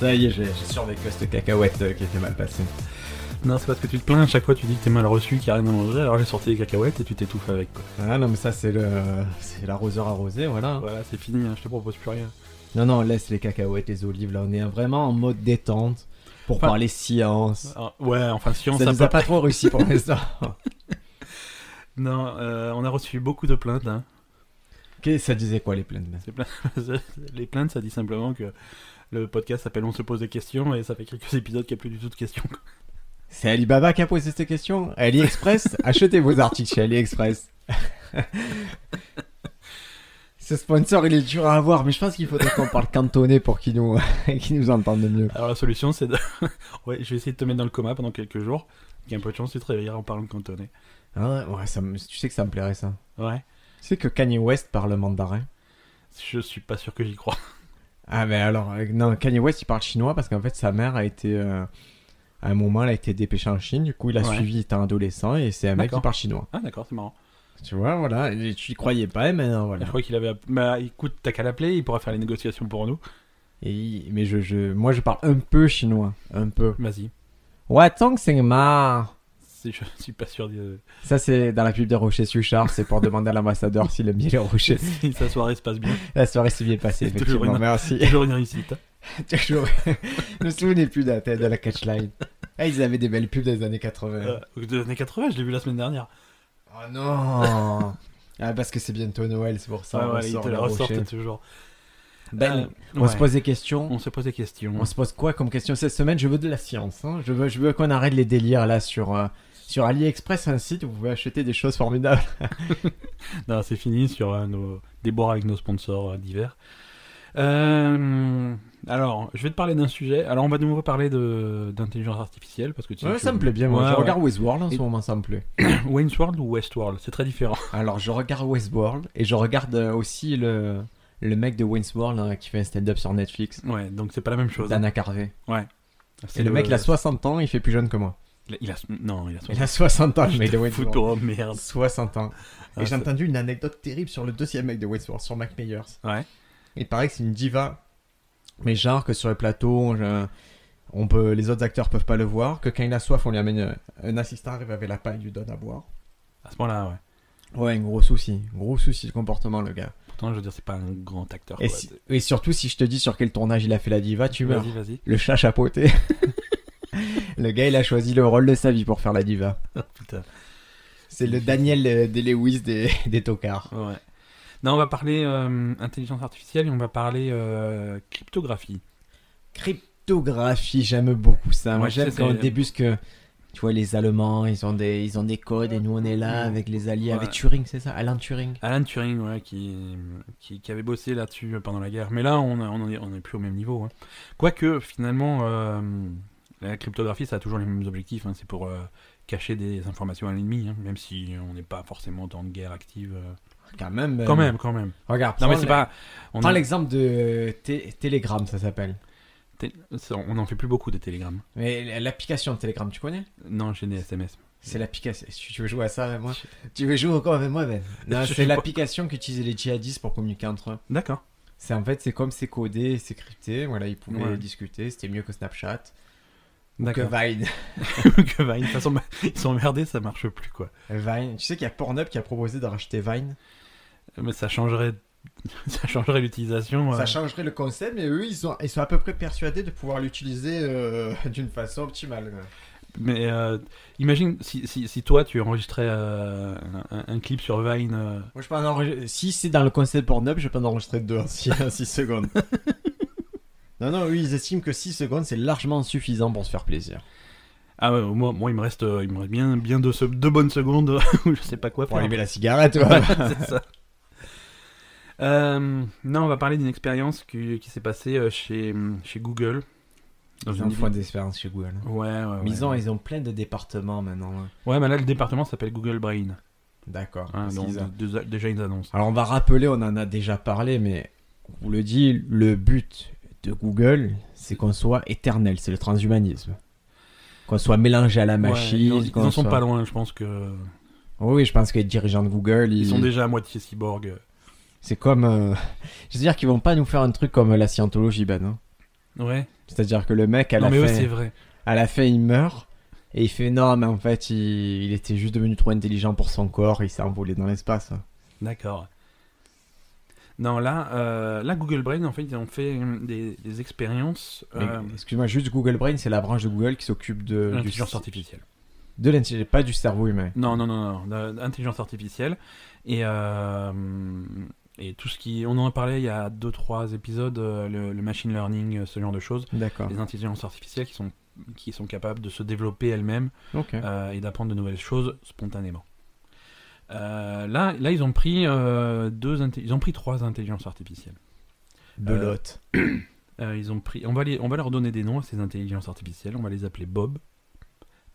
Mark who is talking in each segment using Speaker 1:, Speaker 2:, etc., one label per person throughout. Speaker 1: Ça y est, j'ai j'ai survécu à cette cacahuète euh, qui était mal passée.
Speaker 2: Non, c'est parce que tu te plains à chaque fois, tu dis que t'es mal reçu, qu'il n'y a rien à manger, alors j'ai sorti des cacahuètes et tu t'étouffes avec. Quoi.
Speaker 1: Ah non, mais ça, c'est le, c'est l'arroseur arrosé, voilà.
Speaker 2: Voilà, c'est fini, hein, je te propose plus rien.
Speaker 1: Non, non, laisse les cacahuètes, les olives, là, on est vraiment en mode détente pour
Speaker 2: Enfin-
Speaker 1: parler science.
Speaker 2: Ah, ouais, enfin, si on
Speaker 1: ça
Speaker 2: ça
Speaker 1: nous
Speaker 2: peut-
Speaker 1: a pas trop réussi pour l'instant.
Speaker 2: Non, euh, on a reçu beaucoup de plaintes. hein.
Speaker 1: Ok, ça disait quoi les plaintes
Speaker 2: C'est plein- Les plaintes, ça dit simplement que le podcast s'appelle On se pose des questions et ça fait quelques épisodes qu'il n'y a plus du tout de questions. quoi.
Speaker 1: C'est Alibaba qui a posé cette question. AliExpress, achetez vos articles chez AliExpress. Ce sponsor, il est dur à avoir, mais je pense qu'il faudrait qu'on parle cantonais pour qu'il nous, qu'il nous entende mieux.
Speaker 2: Alors la solution, c'est de. ouais, je vais essayer de te mettre dans le coma pendant quelques jours. Il y a un peu de chance, tu te réveilleras en parlant cantonais.
Speaker 1: Hein, ouais, ça me- tu sais que ça me plairait ça.
Speaker 2: Ouais,
Speaker 1: Tu sais que Kanye West parle mandarin.
Speaker 2: je suis pas sûr que j'y crois.
Speaker 1: Ah mais alors, euh, non, Kanye West il parle chinois parce qu'en fait sa mère a été, euh, à un moment elle a été dépêchée en Chine, du coup il a
Speaker 2: Ouais.
Speaker 1: suivi étant adolescent et c'est un mec qui
Speaker 2: D'accord.
Speaker 1: parle chinois.
Speaker 2: Ah, d'accord, c'est marrant.
Speaker 1: Tu vois, voilà, et tu y croyais pas, mais non, voilà.
Speaker 2: Je crois qu'il avait. app- Bah écoute, t'as qu'à l'appeler, il pourra faire les négociations pour nous.
Speaker 1: Et il- mais je, je, moi je parle un peu chinois, un peu.
Speaker 2: Vas-y.
Speaker 1: Watang Sengma
Speaker 2: Si Je suis pas sûr de.
Speaker 1: Ça c'est dans la pub de Rocher Suchard, c'est pour demander à l'ambassadeur s'il aime bien les rochers.
Speaker 2: Si sa soirée se passe bien.
Speaker 1: La soirée s'est bien passée,
Speaker 2: C'est toujours
Speaker 1: effectivement,
Speaker 2: une-
Speaker 1: merci.
Speaker 2: Toujours une réussite.
Speaker 1: Toujours, je me souvenais plus de la, de la catchline. Ah, ils avaient des belles pubs des années 80.
Speaker 2: Euh, des années 80, je l'ai vu la semaine dernière.
Speaker 1: Oh non Ah parce que c'est bientôt Noël, c'est pour ça.
Speaker 2: Ah
Speaker 1: on
Speaker 2: ouais, ils
Speaker 1: sort
Speaker 2: te
Speaker 1: le
Speaker 2: la ressortent
Speaker 1: rocher.
Speaker 2: toujours.
Speaker 1: Ben,
Speaker 2: Euh,
Speaker 1: on
Speaker 2: ouais.
Speaker 1: se pose des questions.
Speaker 2: On se pose des questions.
Speaker 1: On se pose quoi comme question cette semaine Je veux de la science. hein. Je veux, je veux qu'on arrête les délires là sur euh, sur AliExpress, un site où vous pouvez acheter des choses formidables.
Speaker 2: Non, c'est fini sur euh, nos déboires avec nos sponsors euh, divers. Euh, alors, je vais te parler d'un sujet. Alors, on va de nouveau parler de- d'intelligence artificielle parce que tu sais
Speaker 1: Ouais,
Speaker 2: que-
Speaker 1: ça me plaît bien. Moi,
Speaker 2: Ouais,
Speaker 1: je
Speaker 2: ouais.
Speaker 1: regarde Westworld en
Speaker 2: Et-
Speaker 1: ce moment, ça me plaît.
Speaker 2: Wayne's World ou Westworld, c'est très différent.
Speaker 1: Alors, je regarde Westworld et je regarde euh, aussi le le mec de Westworld hein, qui fait un stand-up sur Netflix,
Speaker 2: Ouais, donc c'est pas la même chose.
Speaker 1: Dana Carvey.
Speaker 2: C'est
Speaker 1: Et Ben, le, mec, il a 60 ans, il fait plus jeune que moi.
Speaker 2: il a- il a- non, il a
Speaker 1: Il a 60 ans, le mec de
Speaker 2: Putain,
Speaker 1: Westworld.
Speaker 2: photo, oh, merde.
Speaker 1: 60 ans.
Speaker 2: Ah,
Speaker 1: Et j'ai
Speaker 2: ça-
Speaker 1: entendu une anecdote terrible sur le deuxième mec de Westworld, sur Mac Meyers.
Speaker 2: Ouais.
Speaker 1: Il paraît que c'est une diva. Mais genre que sur les plateaux, je- on peut, les autres acteurs peuvent pas le voir, que quand il a soif, on lui amène euh, un assistant arrive avec la paille, il lui donne à boire.
Speaker 2: À ce moment-là, ouais.
Speaker 1: Ouais, un gros souci, gros souci de comportement le gars.
Speaker 2: Pourtant, je veux dire, c'est pas un grand acteur.
Speaker 1: Et,
Speaker 2: quoi.
Speaker 1: si- et surtout si je te dis sur quel tournage il a fait la diva, tu meurs.
Speaker 2: Vas-y, vas-y.
Speaker 1: Le chat chapeauté. le gars, il a choisi le rôle de sa vie pour faire la diva.
Speaker 2: Putain.
Speaker 1: C'est le Daniel euh, Day-Lewis des, des tocards.
Speaker 2: Ouais. Non, on va parler euh, intelligence artificielle et on va parler euh, cryptographie.
Speaker 1: Cryptographie, j'aime beaucoup ça. Moi,
Speaker 2: Ouais,
Speaker 1: j'aime
Speaker 2: c'est-
Speaker 1: quand on
Speaker 2: c'est-
Speaker 1: débute que tu vois les Allemands, ils ont des ils ont des codes et nous on est là
Speaker 2: Ouais.
Speaker 1: avec les alliés, avec
Speaker 2: Ouais.
Speaker 1: Turing, c'est ça, Alan Turing.
Speaker 2: Alan Turing, ouais, qui, qui, qui avait bossé là-dessus pendant la guerre. Mais là, on a- on en est, on est plus au même niveau. hein. Quoique, finalement, euh, la cryptographie, ça a toujours les mêmes objectifs. hein. C'est pour euh, cacher des informations à l'ennemi, hein, même si on n'est pas forcément dans une guerre active. euh.
Speaker 1: Quand même.
Speaker 2: Quand
Speaker 1: euh,
Speaker 2: même, quand même.
Speaker 1: Regarde. prends
Speaker 2: Non, mais c'est
Speaker 1: le-
Speaker 2: pas. On
Speaker 1: Prends
Speaker 2: a-
Speaker 1: l'exemple de euh, Té- Telegram, ça s'appelle.
Speaker 2: té- ça, on n'en fait plus beaucoup des télégrammes.
Speaker 1: Mais l'application de Telegram, tu connais
Speaker 2: Non, j'ai des SMS.
Speaker 1: C'est l'application. Si tu veux jouer à ça avec moi, tu veux jouer encore avec moi, Ben Non,
Speaker 2: Je
Speaker 1: c'est
Speaker 2: sais pas.
Speaker 1: l'application qu'utilisaient les djihadistes pour communiquer entre eux.
Speaker 2: D'accord.
Speaker 1: C'est en fait, c'est comme c'est codé, c'est crypté. Voilà, ils pouvaient
Speaker 2: Ouais.
Speaker 1: discuter. C'était mieux que Snapchat, ou que
Speaker 2: D'accord.
Speaker 1: Vine.
Speaker 2: euh, Que va, De toute façon, ils sont emmerdés, ça marche plus, quoi.
Speaker 1: Vine. Tu sais qu'il y a Pornhub qui a proposé de racheter Vine.
Speaker 2: Mais ça changerait, ça changerait l'utilisation. euh.
Speaker 1: Ça changerait le concept, mais eux, ils sont, ils sont à peu près persuadés de pouvoir l'utiliser euh, d'une façon optimale.
Speaker 2: Mais euh, imagine si, si, si toi tu enregistrais euh, un, un clip sur Vine. euh,
Speaker 1: Moi, je peux en enregistrer... Si c'est dans le concept Pornhub, je peux en enregistrer deux en 6 secondes. non, non, oui, ils estiment que 6 secondes, c'est largement suffisant pour se faire plaisir.
Speaker 2: Ah ouais, moi, moi il me reste, euh, il me reste bien, bien deux, se- deux bonnes secondes où je sais pas quoi
Speaker 1: Pour
Speaker 2: faire.
Speaker 1: allumer la cigarette,
Speaker 2: Ouais,
Speaker 1: ouais.
Speaker 2: c'est ça. Euh, non, on va parler d'une expérience qui, qui s'est passée euh, chez, chez Google. Dans
Speaker 1: Ils ont
Speaker 2: une
Speaker 1: une fois d'expérience chez Google. hein.
Speaker 2: Ouais, ouais, ouais.
Speaker 1: Mais ils ont, ils ont plein de départements maintenant. hein.
Speaker 2: Ouais, mais là le département s'appelle Google Brain.
Speaker 1: D'accord.
Speaker 2: Hein,
Speaker 1: Parce
Speaker 2: donc,
Speaker 1: qu'ils ont-
Speaker 2: deux- déjà ils annoncent.
Speaker 1: Alors on va rappeler, on en a déjà parlé, mais on vous le dit, le but de Google, c'est qu'on soit éternel, c'est le transhumanisme. Qu'on soit mélangé à la
Speaker 2: Ouais, ils
Speaker 1: machine.
Speaker 2: en- ils
Speaker 1: qu'on
Speaker 2: en sont
Speaker 1: soit- Oh
Speaker 2: pas loin, je pense que.
Speaker 1: Oui, oui, je pense que les dirigeants de Google, ils,
Speaker 2: Ils sont déjà à moitié cyborg.
Speaker 1: c'est comme... euh, Je veux dire qu'ils vont pas nous faire un truc comme la scientologie, ben non
Speaker 2: Ouais.
Speaker 1: C'est-à-dire que le mec, à,
Speaker 2: non,
Speaker 1: la,
Speaker 2: mais ouais,
Speaker 1: fin,
Speaker 2: c'est vrai.
Speaker 1: à la fin, il meurt. Et il fait non, mais en fait, il, il était juste devenu trop intelligent pour son corps. Il s'est envolé dans l'espace.
Speaker 2: D'accord. Non, là, euh, là, Google Brain, en fait, ils ont fait hum, des, des expériences
Speaker 1: Mais,
Speaker 2: euh,
Speaker 1: Excuse-moi, juste Google Brain, c'est la branche de Google qui s'occupe de, du-
Speaker 2: d'intelligence artificielle.
Speaker 1: de l'intelligence, pas du cerveau humain.
Speaker 2: Non, non, non, non, d'intelligence artificielle. Et, euh, hum, et tout ce qui. On en a parlé il y a 2-3 épisodes, euh, le, le machine learning, euh, ce genre de choses.
Speaker 1: D'accord.
Speaker 2: Les intelligences artificielles qui sont, qui sont capables de se développer elles-mêmes
Speaker 1: Ok.
Speaker 2: euh, et d'apprendre de nouvelles choses spontanément. Euh, là, là, ils ont pris euh, deux, inté- ils ont pris trois intelligences artificielles.
Speaker 1: Belote.
Speaker 2: Euh, ils ont pris, on va les- on va leur donner des noms à ces intelligences artificielles. On va les appeler Bob,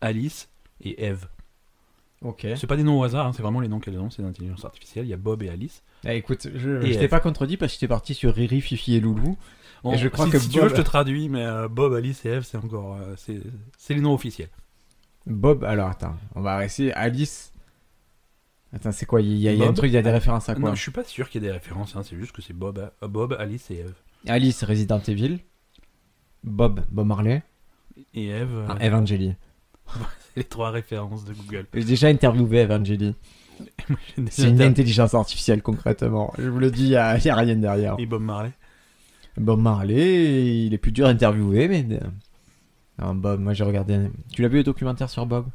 Speaker 2: Alice et Eve.
Speaker 1: Euh, Ok.
Speaker 2: C'est pas des noms au hasard, hein, c'est vraiment les noms qu'elles ont ces intelligences artificielles. Il y a Bob et Alice.
Speaker 1: Eh, écoute, je, je
Speaker 2: Et
Speaker 1: t'ai
Speaker 2: elle.
Speaker 1: pas contredit parce que j'étais parti sur Riri, Fifi et Loulou.
Speaker 2: On-
Speaker 1: Et je crois
Speaker 2: si,
Speaker 1: que
Speaker 2: si tu veux,
Speaker 1: Bob-
Speaker 2: je te traduis, mais euh, Bob, Alice et Eve, c'est encore, euh, c'est c'est les noms officiels.
Speaker 1: Bob, alors attends, on va essayer. Alice. Attends, c'est quoi Il y a, il y a un
Speaker 2: Bob
Speaker 1: truc, il y a des
Speaker 2: Ah,
Speaker 1: références à quoi
Speaker 2: Non, je suis pas sûr qu'il y ait des références. hein, c'est juste que c'est Bob, euh, Bob, Alice et Eve.
Speaker 1: Alice, Resident Evil. Bob, Bob Marley.
Speaker 2: Et Eve, euh,
Speaker 1: Ah, Evangeli.
Speaker 2: les trois références de Google.
Speaker 1: J'ai déjà interviewé Evangeli. C'est une intelligence artificielle, concrètement. Je vous le dis, il n'y a, il y a rien derrière.
Speaker 2: Et Bob Marley.
Speaker 1: Bob Marley, il est plus dur à interviewer, mais. euh, Non, Bob, moi j'ai regardé. un- Tu l'as vu le documentaire sur Bob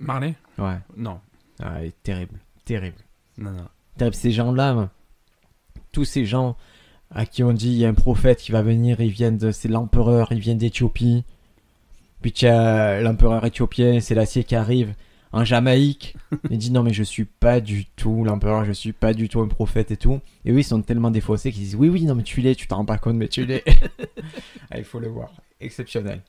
Speaker 2: Marley
Speaker 1: Ouais.
Speaker 2: Non.
Speaker 1: Ah, il est terrible. Terrible.
Speaker 2: Non, non.
Speaker 1: Terrible. Ces gens-là, hein, tous ces gens à qui on dit il y a un prophète qui va venir, ils viennent de. C'est l'empereur, ils viennent d'Éthiopie. Puis tu as l'empereur éthiopien, c'est l'acier qui arrive en Jamaïque. Il dit non, mais je suis pas du tout l'empereur, je suis pas du tout un prophète et tout. Et oui, ils sont tellement défaussés qu'ils disent oui, oui, non, mais tu l'es, tu t'en rends pas compte, mais tu l'es. Ah, il faut le voir. Exceptionnel.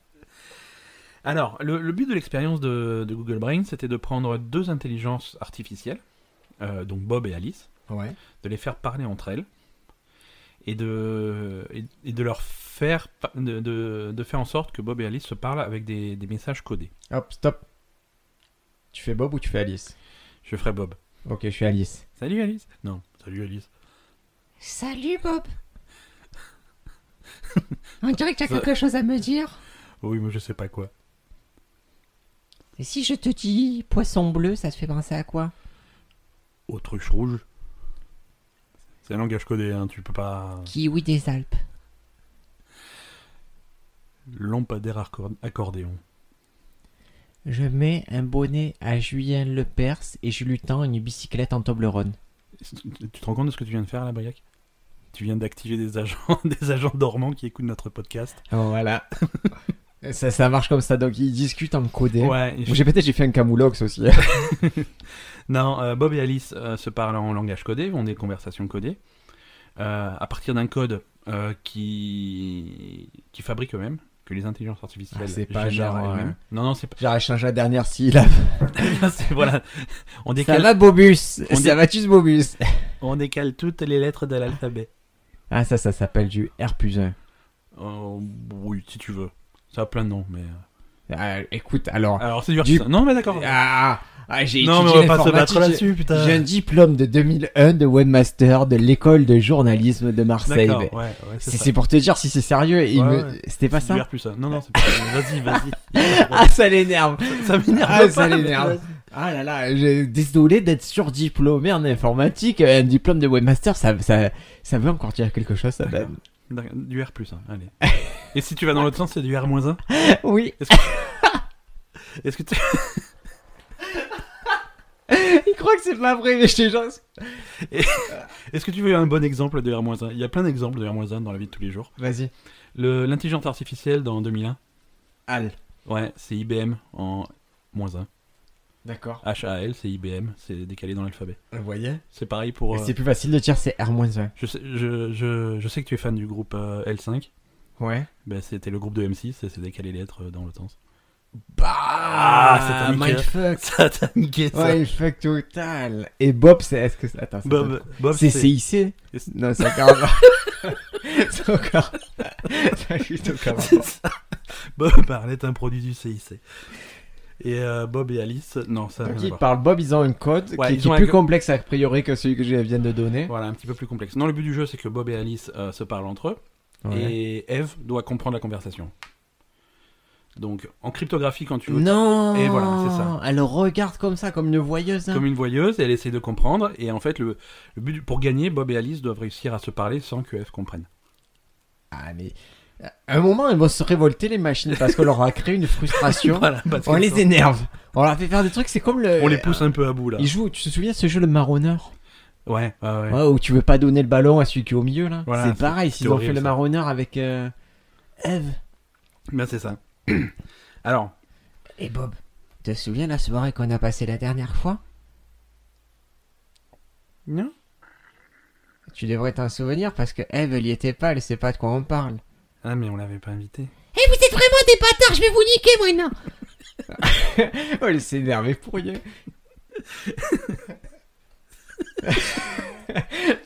Speaker 2: Alors, le, le but de l'expérience de, de Google Brain, c'était de prendre deux intelligences artificielles, euh, donc Bob et Alice,
Speaker 1: Ouais.
Speaker 2: de les faire parler entre elles et de, et, et de leur faire, pa- de, de- de faire en sorte que Bob et Alice se parlent avec des, des messages codés.
Speaker 1: Hop, stop. Tu fais Bob ou tu fais Alice
Speaker 2: Je ferai Bob.
Speaker 1: Ok, je fais Alice.
Speaker 2: Salut Alice Non, salut Alice.
Speaker 3: Salut Bob. On dirait que tu as quelque chose à me dire.
Speaker 2: Oh Oui, mais je sais pas quoi.
Speaker 3: Et si je te dis poisson bleu, ça te fait penser à quoi
Speaker 2: Autruche rouge. C'est un langage codé, hein, tu peux pas.
Speaker 3: Kiwi des Alpes.
Speaker 2: Lampadaire accor- accordéon.
Speaker 1: Je mets un bonnet à Julien Lepers et je lui tends une bicyclette en Toblerone.
Speaker 2: Tu te rends compte de ce que tu viens de faire là, Briac Tu viens d'activer des agents, des agents dormants qui écoutent notre podcast.
Speaker 1: voilà. ça, ça marche comme ça, donc ils discutent en codé.
Speaker 2: Ouais.
Speaker 1: J'ai peut-être j'ai fait un camoulox aussi. hein.
Speaker 2: Non, euh, Bob et Alice euh, se parlent en langage codé, ont des conversations codées euh, à partir d'un code euh, qui qui fabriquent eux-mêmes, que les intelligences artificielles
Speaker 1: Ah, c'est pas
Speaker 2: génèrent
Speaker 1: genre,
Speaker 2: elles-mêmes.
Speaker 1: euh,
Speaker 2: Non, non, c'est pas.
Speaker 1: J'aurais changé la dernière syllabe.
Speaker 2: c'est- voilà. On
Speaker 1: Ça
Speaker 2: décale,
Speaker 1: va Bobus
Speaker 2: On dit-
Speaker 1: Ça va tous Bobus
Speaker 2: on décale toutes les lettres de l'alphabet.
Speaker 1: Ah ça, ça s'appelle du R plus 1. Oh,
Speaker 2: Euh, oui, si tu veux. Ça a plein de noms, mais. euh,
Speaker 1: Ah, écoute, alors...
Speaker 2: Alors, c'est dur.
Speaker 1: Du-
Speaker 2: ça. Non, mais d'accord.
Speaker 1: Ah, ah, j'ai
Speaker 2: Ah, non, mais
Speaker 1: étudié
Speaker 2: on va pas se battre
Speaker 1: l'informatique, j'ai-
Speaker 2: là-dessus, putain.
Speaker 1: J'ai un diplôme de 2001 de webmaster de l'école de journalisme de Marseille.
Speaker 2: D'accord,
Speaker 1: Ben,
Speaker 2: ouais, ouais,
Speaker 1: C'est
Speaker 2: ça.
Speaker 1: c'est pour te dire si c'est sérieux. et il
Speaker 2: Ouais,
Speaker 1: me-
Speaker 2: ouais.
Speaker 1: C'était pas
Speaker 2: C'est
Speaker 1: ça
Speaker 2: du R plus ça. Non, non, c'est pas ça. Vas-y, vas-y.
Speaker 1: Ah, ça l'énerve.
Speaker 2: ça m'énerve.
Speaker 1: Ah, ça
Speaker 2: pas, mais
Speaker 1: l'énerve. Ah là là, je- désolé d'être surdiplômé en informatique. Euh, Un diplôme de webmaster, ça, ça, ça veut encore dire quelque chose,
Speaker 2: Ah,
Speaker 1: ça Ben.
Speaker 2: vas-y. Du R plus 1, allez. Et si tu vas dans l'autre sens, c'est du R moins 1
Speaker 1: Oui,
Speaker 2: Est-ce que tu...
Speaker 1: il croit que c'est pas vrai, mais je te jure.
Speaker 2: Est-ce que tu veux un bon exemple de R moins 1 Il y a plein d'exemples de R moins 1 dans la vie de tous les jours.
Speaker 1: Vas-y.
Speaker 2: Le- L'intelligence artificielle dans 2001,
Speaker 1: Al.
Speaker 2: ouais, c'est IBM en moins 1.
Speaker 1: D'accord.
Speaker 2: H-A-L, c'est IBM, c'est décalé dans l'alphabet.
Speaker 1: Vous voyez
Speaker 2: C'est pareil pour... euh,
Speaker 1: C'est plus facile de dire c'est R-1.
Speaker 2: je, sais, je, je, je sais que tu es fan du groupe euh, L5.
Speaker 1: Ouais.
Speaker 2: Ben, c'était le groupe de M6 et c'est décalé les lettres euh, dans l'autre sens.
Speaker 1: Bah,
Speaker 2: Ah, c'est un
Speaker 1: mindfuck.
Speaker 2: Ça t'a niqué ça
Speaker 1: Mindfuck total. Et Bob, c'est. Est-ce que. Attends, c'est pas-
Speaker 2: Bob, Bob
Speaker 1: C'est CIC
Speaker 2: Est-ce-
Speaker 1: Non, c'est encore. c'est encore. c'est juste encore.
Speaker 2: C'est ça. Bob Marley est un produit du CIC. Et euh, Bob et Alice, non, ça.
Speaker 1: Donc
Speaker 2: rien à
Speaker 1: ils
Speaker 2: voir.
Speaker 1: parlent Bob, ils ont un code
Speaker 2: Ah, Ouais,
Speaker 1: qui,
Speaker 2: ils
Speaker 1: qui
Speaker 2: ont
Speaker 1: est
Speaker 2: un
Speaker 1: plus
Speaker 2: co-
Speaker 1: complexe a priori que celui que je viens de donner.
Speaker 2: Voilà, un petit peu plus complexe. Non, le but du jeu, c'est que Bob et Alice euh, se parlent entre eux.
Speaker 1: Ouais.
Speaker 2: et Eve doit comprendre la conversation. Donc en cryptographie, quand tu
Speaker 1: Non
Speaker 2: Et voilà, c'est ça.
Speaker 1: Elle regarde comme ça, comme une voyeuse. hein.
Speaker 2: comme une voyeuse, elle essaie de comprendre et en fait le, le but pour gagner, Bob et Alice doivent réussir à se parler sans que Eve comprenne.
Speaker 1: Ah, mais. À un moment, elles vont se révolter, les machines, parce qu'on leur a créé une frustration.
Speaker 2: Voilà, parce
Speaker 1: on
Speaker 2: que-
Speaker 1: les énerve. On leur fait faire des trucs, c'est comme le.
Speaker 2: on les pousse un peu à bout là.
Speaker 1: Ils jouent, tu te souviens de ce jeu, le marronneur
Speaker 2: Ouais, ouais, ouais.
Speaker 1: Ouais, où tu veux pas donner le ballon à celui qui est au milieu, là.
Speaker 2: Voilà,
Speaker 1: c'est
Speaker 2: c'est-
Speaker 1: pareil,
Speaker 2: c'est
Speaker 1: s'ils ont
Speaker 2: horrible,
Speaker 1: fait le
Speaker 2: ça.
Speaker 1: marronneur avec euh, Eve.
Speaker 2: Ben, c'est ça. Alors,
Speaker 3: Et Eh, Bob, te souviens la soirée qu'on a passée la dernière fois
Speaker 2: non
Speaker 3: Tu devrais t'en souvenir parce que Eve, elle y était pas, elle sait pas de quoi on parle.
Speaker 2: Ah mais on l'avait pas invité.
Speaker 3: Eh, vous êtes vraiment des bâtards, je vais vous niquer, moi, non
Speaker 1: Oh, elle s'est énervée pour rien.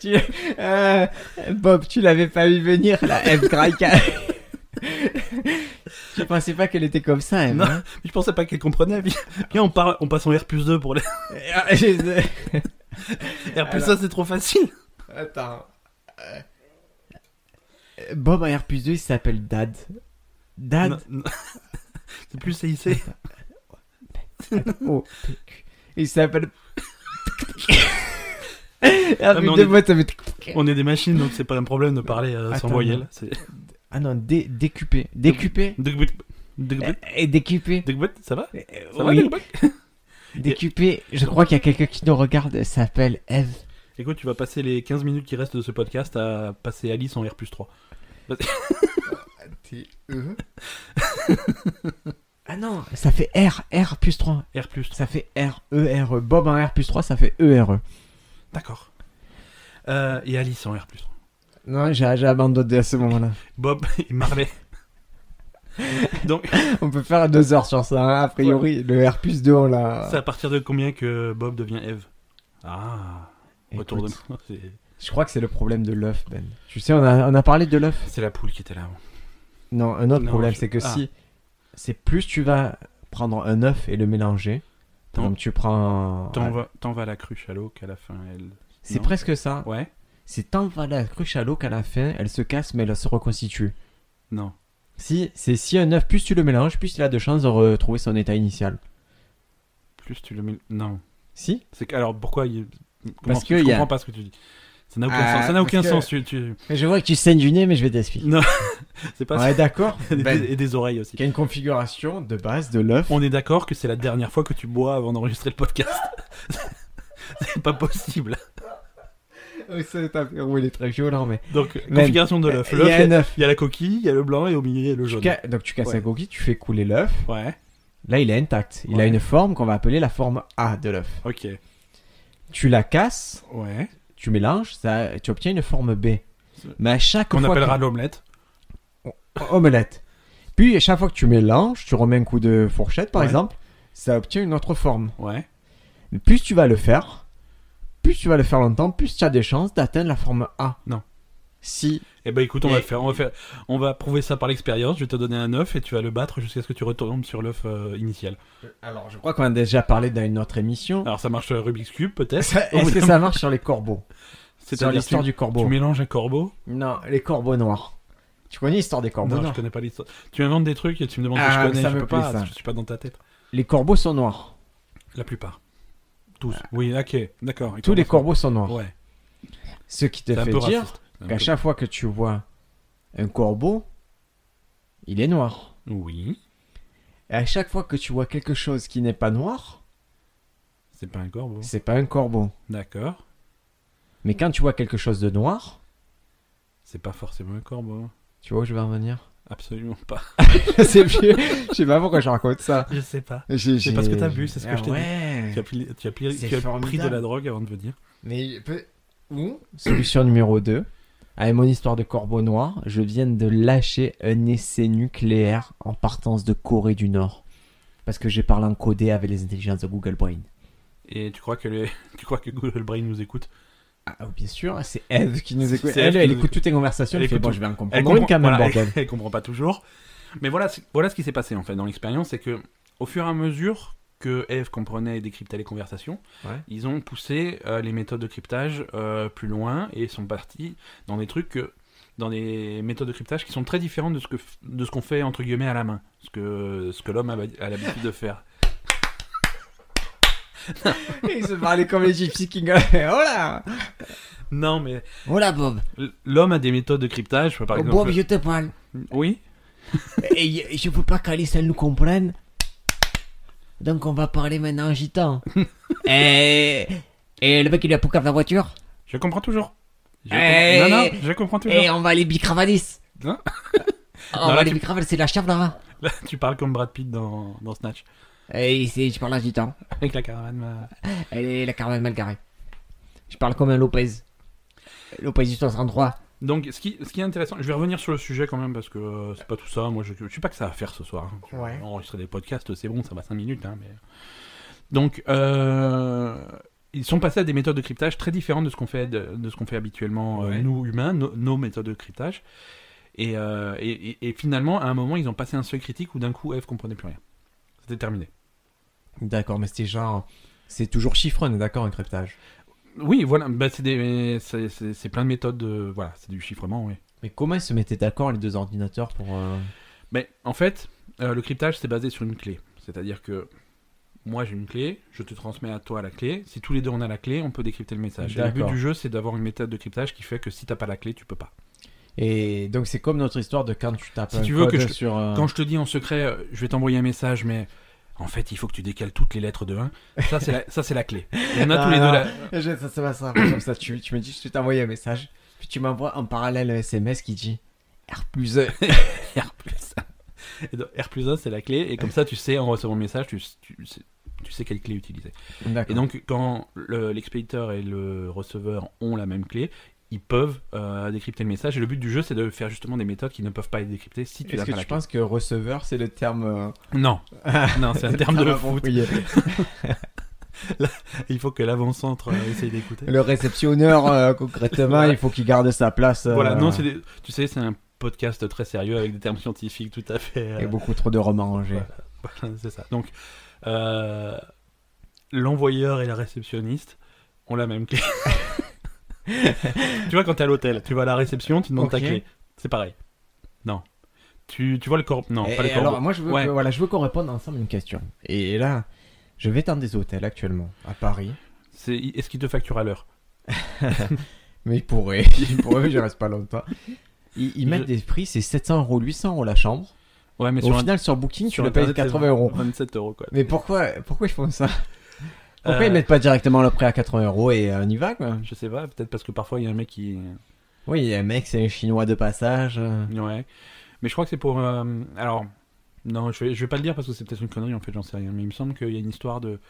Speaker 1: Tu- euh, Bob, tu l'avais pas vu venir, la Eve Graika. tu pensais pas qu'elle était comme ça, Eve
Speaker 2: Non,
Speaker 1: hein
Speaker 2: mais je pensais pas qu'elle comprenait. Viens, viens, on, part, on passe en R 2 pour les...
Speaker 1: Ah, je-
Speaker 2: R 1 c'est trop facile.
Speaker 1: Attends. Euh, Bob en R 2, il s'appelle Dad. Dad
Speaker 2: Non, non. c'est plus CIC.
Speaker 1: Oh, PQ. Il s'appelle. ah,
Speaker 2: mais on
Speaker 1: de
Speaker 2: est-
Speaker 1: moi, ça m'est-
Speaker 2: On est des machines, donc c'est pas un problème de parler euh,
Speaker 1: Attends,
Speaker 2: sans
Speaker 1: non.
Speaker 2: voyelle. C'est-
Speaker 1: Ah non, dé- décupé. Décupé Euh,
Speaker 2: Dugbut, Dugbut,
Speaker 1: Et décupé.
Speaker 2: Dugbut, ça va
Speaker 1: Euh,
Speaker 2: Ça va,
Speaker 1: oui,
Speaker 2: Dugbut
Speaker 1: décupé. Je crois qu'il y a quelqu'un qui nous regarde, elle s'appelle Eve.
Speaker 2: Écoute, tu vas passer les 15 minutes qui restent de ce podcast à passer Alice en R 3.
Speaker 1: ah non, ça fait R, R plus 3.
Speaker 2: R 3,
Speaker 1: Ça fait R, E, R, E. Bob en R plus 3, ça fait E, R, E.
Speaker 2: d'accord. Euh, et Alice en R 3.
Speaker 1: Non, j'ai j'ai abandonné à ce moment-là.
Speaker 2: Bob et Marley. donc,
Speaker 1: On peut faire deux heures sur ça, hein, a priori. Le R plus 2, on l'a.
Speaker 2: c'est à partir de combien que Bob devient Eve Ah, autour de
Speaker 1: Écoute,
Speaker 2: moi. c'est-
Speaker 1: Je crois que c'est le problème de l'œuf, Ben. Tu sais, on a, on a parlé de l'œuf.
Speaker 2: C'est la poule qui était là. avant.
Speaker 1: Non, un autre
Speaker 2: Non,
Speaker 1: problème,
Speaker 2: je-
Speaker 1: c'est que
Speaker 2: Ah.
Speaker 1: si. C'est plus tu vas prendre un œuf et le mélanger.
Speaker 2: T'en-
Speaker 1: Donc tu prends.
Speaker 2: T'en
Speaker 1: Ah,
Speaker 2: vas- T'en vas à la cruche à l'eau qu'à la fin, elle.
Speaker 1: C'est
Speaker 2: non
Speaker 1: presque ça.
Speaker 2: Ouais
Speaker 1: C'est tant va la cruche à l'eau qu'à la fin, elle se casse, mais elle se reconstitue.
Speaker 2: Non.
Speaker 1: Si, c'est si un œuf, plus tu le mélanges, plus il a de chances de retrouver son état initial.
Speaker 2: Plus tu le mets. Non.
Speaker 1: Si
Speaker 2: C'est que- alors pourquoi il... comment-
Speaker 1: Parce que
Speaker 2: je
Speaker 1: y a-
Speaker 2: comprends pas ce que tu dis. Ça n'a aucun
Speaker 1: Ah,
Speaker 2: sens. Ça n'a
Speaker 1: parce
Speaker 2: aucun
Speaker 1: que-
Speaker 2: sens. Tu, tu-
Speaker 1: Je vois que tu saignes du nez, mais je vais t'expliquer.
Speaker 2: C'est pas
Speaker 1: Ouais, d'accord.
Speaker 2: ça. Et
Speaker 1: Ben,
Speaker 2: des- Et des oreilles aussi.
Speaker 1: qu'il y a une configuration de base de l'œuf.
Speaker 2: On est d'accord que c'est la dernière fois que tu bois avant d'enregistrer le podcast. c'est pas possible.
Speaker 1: Oui, il est très violent, mais.
Speaker 2: Donc
Speaker 1: Même.
Speaker 2: configuration de l'œuf.
Speaker 1: Ben, Il y a
Speaker 2: L'œuf,
Speaker 1: un œuf.
Speaker 2: Il y a la coquille, il y a le blanc et au milieu il y a le
Speaker 1: Tu
Speaker 2: jaune.
Speaker 1: ca- Donc tu casses
Speaker 2: Ouais.
Speaker 1: la coquille, tu fais couler l'œuf.
Speaker 2: Ouais.
Speaker 1: Là, il est intact. Il a
Speaker 2: Ouais.
Speaker 1: une forme qu'on va appeler la forme A de l'œuf.
Speaker 2: Ok.
Speaker 1: Tu la casses,
Speaker 2: Ouais.
Speaker 1: tu mélanges, ça, tu obtiens une forme B. Mais à chaque
Speaker 2: Qu'on
Speaker 1: fois
Speaker 2: appellera
Speaker 1: que-
Speaker 2: l'omelette.
Speaker 1: omelette. Puis à chaque fois que tu mélanges, tu remets un coup de fourchette par
Speaker 2: Ouais.
Speaker 1: exemple, ça obtient une autre forme.
Speaker 2: Ouais.
Speaker 1: Mais plus tu vas le faire, plus tu vas le faire longtemps, plus tu as des chances d'atteindre la forme A.
Speaker 2: Non.
Speaker 1: Si.
Speaker 2: Eh ben écoute, on
Speaker 1: Et-
Speaker 2: va le faire, on va faire, on va prouver ça par l'expérience. Je vais te donner un œuf et tu vas le battre jusqu'à ce que tu retombes sur l'œuf euh, initial.
Speaker 1: Alors je crois qu'on a déjà paré dans une autre émission.
Speaker 2: Alors ça marche sur le Rubik's cube peut-être.
Speaker 1: Oh.
Speaker 2: Oh,
Speaker 1: Ça- Est-ce que ça marche sur les corbeaux
Speaker 2: C'est
Speaker 1: Sur
Speaker 2: à
Speaker 1: l'histoire du
Speaker 2: Tu
Speaker 1: corbeau
Speaker 2: mélanges un corbeau
Speaker 1: Non, les corbeaux noirs. Tu connais l'histoire des corbeaux
Speaker 2: Non, je
Speaker 1: noirs
Speaker 2: connais pas l'histoire. Tu inventes des trucs et tu me demandes si
Speaker 1: Ah,
Speaker 2: je connais.
Speaker 1: ça
Speaker 2: je
Speaker 1: me
Speaker 2: peux
Speaker 1: plaît,
Speaker 2: pas,
Speaker 1: ça.
Speaker 2: je suis pas dans ta tête.
Speaker 1: Les corbeaux sont noirs.
Speaker 2: La plupart. Tous. Oui, ok, d'accord. Et
Speaker 1: Ah. Tous les
Speaker 2: comment
Speaker 1: corbeaux sont
Speaker 2: ça
Speaker 1: noirs.
Speaker 2: Ouais.
Speaker 1: Ce qui te
Speaker 2: C'est un
Speaker 1: fait
Speaker 2: peu
Speaker 1: dire
Speaker 2: raciste. Un
Speaker 1: qu'à
Speaker 2: peu.
Speaker 1: chaque fois que tu vois un corbeau, il est noir.
Speaker 2: Oui.
Speaker 1: Et à chaque fois que tu vois quelque chose qui n'est pas noir,
Speaker 2: C'est pas un corbeau.
Speaker 1: c'est pas un corbeau.
Speaker 2: D'accord.
Speaker 1: Mais quand tu vois quelque chose de noir,
Speaker 2: C'est pas forcément un corbeau.
Speaker 1: tu vois où je vais en venir
Speaker 2: Absolument pas.
Speaker 1: C'est vieux. Je sais pas pourquoi je raconte ça.
Speaker 2: Je sais pas.
Speaker 1: J'ai-
Speaker 2: C'est parce que
Speaker 1: j'ai-
Speaker 2: t'as bu, c'est ce que
Speaker 1: Ah
Speaker 2: je t'ai dit.
Speaker 1: ouais.
Speaker 2: Tu as, pli- tu as pli-
Speaker 1: C'est
Speaker 2: tu as pris
Speaker 1: formidable.
Speaker 2: de la drogue avant de venir.
Speaker 1: Mais peut- ou solution numéro 2. Avec mon histoire de corbeau noir, je viens de lâcher un essai nucléaire en partance de Corée du Nord. Parce que j'ai parlé en codé avec les intelligences de Google Brain.
Speaker 2: Et tu crois que les- tu crois que Google Brain nous écoute
Speaker 1: Ah, bien sûr, c'est Eve qui nous écoute.
Speaker 2: C'est Eve
Speaker 1: Elle,
Speaker 2: qui
Speaker 1: elle
Speaker 2: nous
Speaker 1: écoute toutes tes conversations,
Speaker 2: Elle
Speaker 1: elle fait
Speaker 2: écoute
Speaker 1: bon,
Speaker 2: tout.
Speaker 1: je vais en comprendre.
Speaker 2: Elle
Speaker 1: une quand même,
Speaker 2: voilà,
Speaker 1: bordel.
Speaker 2: elle comprend pas toujours. Mais voilà, c'est- voilà ce qui s'est passé en fait dans l'expérience, c'est que au fur et à mesure que Eve comprenait et décryptait les conversations,
Speaker 1: Ouais.
Speaker 2: ils ont poussé euh, les méthodes de cryptage euh, plus loin et sont partis dans des trucs que dans des méthodes de cryptage qui sont très différentes de ce que f- de ce qu'on fait entre guillemets à la main, ce que ce que l'homme a, a l'habitude de faire.
Speaker 1: Ils se parlaient comme les gypsies qui gueulaient. Oh là
Speaker 2: Non, mais
Speaker 3: Oh là, Bob.
Speaker 2: l- l'homme a des méthodes de cryptage, par
Speaker 3: Oh,
Speaker 2: exemple.
Speaker 3: Bob, je te parle.
Speaker 2: Oui.
Speaker 3: Et je veux pas qu'Alissa nous comprenne. Donc on va parler maintenant en gitan. et... et le mec, il a pour la voiture.
Speaker 2: Je comprends toujours. Je
Speaker 3: Eh,
Speaker 2: comprends- Non, non, je comprends toujours.
Speaker 3: Et on va aller bicravadis.
Speaker 2: Hein
Speaker 3: on
Speaker 2: Non,
Speaker 3: va
Speaker 2: là,
Speaker 3: aller
Speaker 2: tu-
Speaker 3: bicravadis, c'est la chave là.
Speaker 2: Là, tu parles comme Brad Pitt dans, dans Snatch,
Speaker 3: Et c'est- je parle en gitan.
Speaker 2: avec la caravane. euh,
Speaker 3: Elle est la caravane mal garée. Je parle comme un Lopez. Lopez du 63.
Speaker 2: Donc, ce qui, ce qui est intéressant, je vais revenir sur le sujet quand même parce que euh, c'est pas tout ça. Moi, je, je suis pas que ça à faire ce soir. hein.
Speaker 3: Ouais.
Speaker 2: Enregistrer des podcasts, c'est bon, ça va 5 minutes. hein, mais... Donc, euh, ils sont passés à des méthodes de cryptage très différentes de ce qu'on fait, de, de ce qu'on fait habituellement, euh,
Speaker 1: Ouais.
Speaker 2: nous humains, no- nos méthodes de cryptage. Et, euh, et, et- et finalement, à un moment, ils ont passé un seuil critique où d'un coup, Eve comprenait plus rien. C'était terminé.
Speaker 1: D'accord, mais c'était genre. C'est toujours chiffre, on est d'accord, un cryptage.
Speaker 2: Oui, voilà, bah, c'est des- c'est c'est- c'est plein de méthodes. de- voilà, c'est du chiffrement, oui.
Speaker 1: Mais comment ils se mettaient d'accord, les deux ordinateurs, pour. euh,
Speaker 2: Mais en fait, euh, le cryptage, c'est basé sur une clé. C'est-à-dire que moi, j'ai une clé, je te transmets à toi la clé. Si tous les deux, on a la clé, on peut décrypter le message. Et le but
Speaker 1: D'accord.
Speaker 2: du jeu, c'est d'avoir une méthode de cryptage qui fait que si t'as pas la clé, tu peux pas.
Speaker 1: Et donc, c'est comme notre histoire de quand tu tapes
Speaker 2: Si
Speaker 1: un
Speaker 2: tu veux
Speaker 1: code
Speaker 2: que je te-
Speaker 1: sur. euh,
Speaker 2: Quand je te dis en secret, euh, je vais t'envoyer un message, mais en fait, il faut que tu décales toutes les lettres de 1. Ça, c'est la, ça, c'est la clé. Et on a
Speaker 1: Ah,
Speaker 2: tous les deux
Speaker 1: non.
Speaker 2: la...
Speaker 1: Je- ça, ça va, ça va, comme ça. Tu, tu me dis, je t'ai envoyé un message, puis tu m'envoies en parallèle un SMS qui dit R plus E.
Speaker 2: R plus 1. Et donc, R plus 1, c'est la clé. Et comme ça, tu sais, en recevant le message, tu, tu sais- tu sais quelle clé utiliser. Et
Speaker 1: D'accord.
Speaker 2: donc, quand le- l'expéditeur et le receveur ont la même clé, ils peuvent euh, décrypter le message. Et le but du jeu, c'est de faire justement des méthodes qui ne peuvent pas être décryptées si tu
Speaker 1: Est-ce
Speaker 2: n'as
Speaker 1: que
Speaker 2: pas la
Speaker 1: tu
Speaker 2: clé.
Speaker 1: penses que receveur, c'est le terme. euh,
Speaker 2: Non, non, c'est un terme
Speaker 1: Ah,
Speaker 2: de foot.
Speaker 1: approprié
Speaker 2: Il faut que l'avant-centre euh, essaye d'écouter.
Speaker 1: Le réceptionneur, euh, concrètement, il faut qu'il garde sa place. euh,
Speaker 2: Voilà, non, c'est des- tu sais, c'est un podcast très sérieux avec des termes scientifiques tout à fait. euh,
Speaker 1: Et beaucoup trop de hein, remangés.
Speaker 2: Voilà. Voilà, c'est ça. Donc, euh, l'envoyeur et la réceptionniste ont la même clé. tu vois, quand t'es à l'hôtel, tu vas à la réception, tu demandes
Speaker 1: Ok.
Speaker 2: ta clé. C'est pareil. Non. Tu, tu vois le corps. Non,
Speaker 1: Et-
Speaker 2: pas le
Speaker 1: et
Speaker 2: corps.
Speaker 1: alors, moi, je veux,
Speaker 2: Ouais.
Speaker 1: que- voilà, je veux qu'on réponde ensemble à une question. Et là, je vais dans des hôtels actuellement, à Paris.
Speaker 2: C'est, est-ce qu'il te facture à l'heure
Speaker 1: Mais ils pourraient, ils pourraient, je reste pas longtemps. Ils, ils mettent
Speaker 2: Je-
Speaker 1: des prix, c'est 700 euros, 800 euros la chambre.
Speaker 2: Ouais, mais
Speaker 1: Au
Speaker 2: sur, un-
Speaker 1: final, sur Booking, tu
Speaker 2: sur
Speaker 1: le payes
Speaker 2: Internet, c'est
Speaker 1: 80 euros.
Speaker 2: 27 euros, quoi.
Speaker 1: Mais pourquoi, pourquoi ils font ça Pourquoi
Speaker 2: Euh,
Speaker 1: ils mettent pas directement le prix à 80 euros et euh, on y va quoi
Speaker 2: Je sais pas, peut-être parce que parfois il y a un mec qui.
Speaker 1: Oui, il y a un mec, c'est un chinois de passage. euh.
Speaker 2: Ouais. Mais je crois que c'est pour. euh, alors, non, je vais, je vais pas le dire parce que c'est peut-être une connerie, en fait, j'en sais rien. Mais il me semble qu'il y a une histoire de.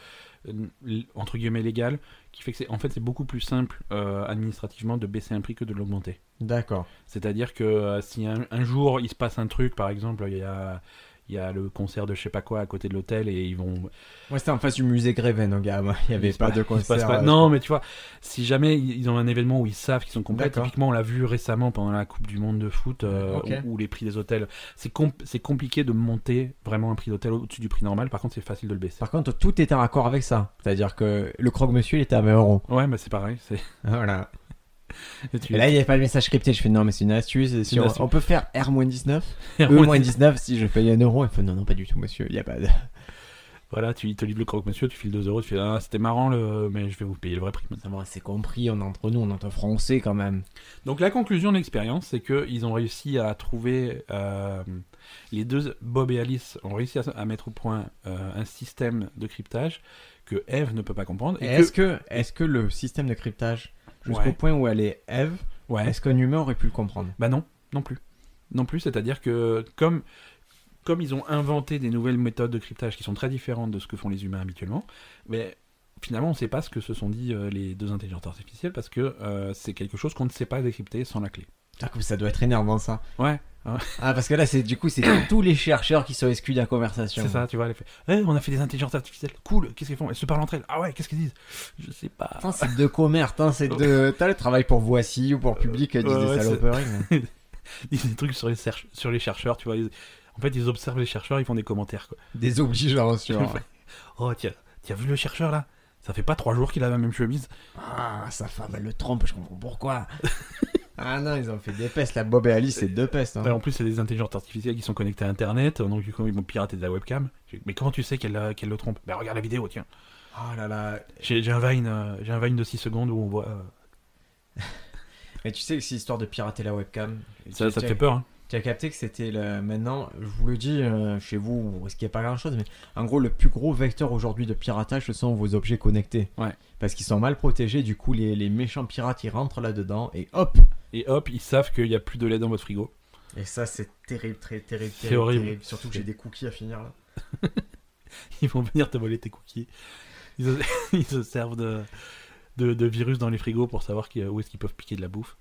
Speaker 2: euh, l- entre guillemets légale qui fait que c'est en fait c'est beaucoup plus simple euh, administrativement de baisser un prix que de l'augmenter
Speaker 1: D'accord.
Speaker 2: c'est-à-dire que euh, si un, un jour il se passe un truc par exemple il y a il y a le concert de je sais pas quoi à côté de l'hôtel et ils vont
Speaker 1: Moi, c'était en face du musée Gréven, donc gars. moi, Il y avait
Speaker 2: Il se
Speaker 1: pas
Speaker 2: passe-
Speaker 1: de
Speaker 2: il se
Speaker 1: concert.
Speaker 2: passe pas-
Speaker 1: euh,
Speaker 2: Non, mais tu vois, si jamais ils ils ont un événement où ils savent qu'ils sont complets,
Speaker 1: D'accord.
Speaker 2: typiquement on l'a vu récemment pendant la Coupe du Monde de foot, euh,
Speaker 1: Ok.
Speaker 2: où, où les prix des hôtels, c'est com- c'est compliqué de monter vraiment un prix d'hôtel au-dessus du prix normal, par contre c'est facile de le baisser.
Speaker 1: Par contre, tout est en accord avec ça. C'est-à-dire que le croque-monsieur, il était à 20 euros.
Speaker 2: Ouais, mais c'est pareil. c'est-
Speaker 1: Voilà.
Speaker 2: tu-
Speaker 1: Et là, il n'y avait pas le message crypté. Je fais non, mais c'est une astuce. et si
Speaker 2: une
Speaker 1: on,
Speaker 2: astuce.
Speaker 1: on peut faire R-19
Speaker 2: Voilà,
Speaker 1: E-19 E si je paye 1 euro. Il fait non, non, pas du tout, monsieur. Il n'y a pas de.
Speaker 2: voilà, tu il te livres le croque-monsieur, tu files 2 euros, tu fais ah, c'était marrant, le... mais je vais vous payer le vrai prix. maintenant.
Speaker 1: Ça va, c'est compris. On est entre nous, on est entre français quand même.
Speaker 2: Donc la conclusion de l'expérience, c'est qu'ils ont réussi à trouver, euh, les deux, Bob et Alice, ont réussi à, à mettre au point euh, un système de cryptage que Eve ne peut pas comprendre.
Speaker 1: Et
Speaker 2: Et
Speaker 1: Est-ce que, est-ce que le système de cryptage, jusqu'au
Speaker 2: Ouais.
Speaker 1: point où elle est Eve,
Speaker 2: que... Ouais.
Speaker 1: est-ce qu'un humain aurait pu le comprendre
Speaker 2: Bah non, non plus. Non plus, c'est-à-dire que comme, comme ils ont inventé des nouvelles méthodes de cryptage qui sont très différentes de ce que font les humains habituellement, mais finalement on ne sait pas ce que se sont dit euh, les deux intelligences artificielles parce que euh, c'est quelque chose qu'on ne sait pas décrypter sans la clé.
Speaker 1: Putain, comme Ah, ça doit être énervant ça.
Speaker 2: Ouais,
Speaker 1: Ah, parce que là, c'est du coup, c'est tous les chercheurs qui sont exclus de la conversation.
Speaker 2: c'est ça, tu vois, elle fait Eh, on a fait des intelligences artificielles, cool, qu'est-ce qu'elles font Elles se parlent entre elles, ah ouais, qu'est-ce qu'elles disent Je sais pas.
Speaker 1: Putain, c'est de commerce, hein, c'est de. T'as le travail pour Voici ou pour Public, euh, disent
Speaker 2: ouais,
Speaker 1: des
Speaker 2: c'est-
Speaker 1: saloperies. mais-
Speaker 2: Ils disent des trucs sur les, cherche- sur les chercheurs, tu vois. ils- En fait, ils observent les chercheurs, ils font des commentaires, quoi.
Speaker 1: Des obligeants, sur.
Speaker 2: Oh, tiens, t'as vu le chercheur là Ça fait pas trois jours qu'il a la même chemise.
Speaker 1: Ah, sa femme, elle le trompe, je comprends pourquoi. Ah non, ils ont fait des pestes. La Bob et Alice, c'est deux pestes. hein.
Speaker 2: Ouais, en plus, c'est des intelligences artificielles qui sont connectées à Internet, euh, donc du coup, ils vont pirater de la webcam. J'ai- Mais comment tu sais qu'elle euh, qu'elle le trompe Bah regarde la vidéo, tiens.
Speaker 1: Oh là là.
Speaker 2: J'ai j'ai un, Vine, euh, j'ai un Vine de 6 secondes où on voit... euh,
Speaker 1: Mais tu sais que c'est histoire de pirater la webcam.
Speaker 2: ça
Speaker 1: Tu- tu
Speaker 2: ça te
Speaker 1: as-
Speaker 2: fait peur, hein
Speaker 1: Tu as capté que c'était le... maintenant, je vous le dis, euh, chez vous, vous risquez pas grand chose, mais en gros, le plus gros vecteur aujourd'hui de piratage, ce sont vos objets connectés.
Speaker 2: Ouais.
Speaker 1: Parce qu'ils sont mal protégés, du coup, les, les méchants pirates, ils rentrent là-dedans et hop
Speaker 2: Et hop, ils savent qu'il n'y a plus de lait dans votre frigo.
Speaker 1: Et ça, c'est terrible, très terrible,
Speaker 2: C'est
Speaker 1: terrible,
Speaker 2: horrible.
Speaker 1: terrible. Surtout que j'ai des cookies à finir là.
Speaker 2: Ils vont venir te voler tes cookies. Ils se, ils se servent de, de, de virus dans les frigos pour savoir qui- euh, où est-ce qu'ils peuvent piquer de la bouffe.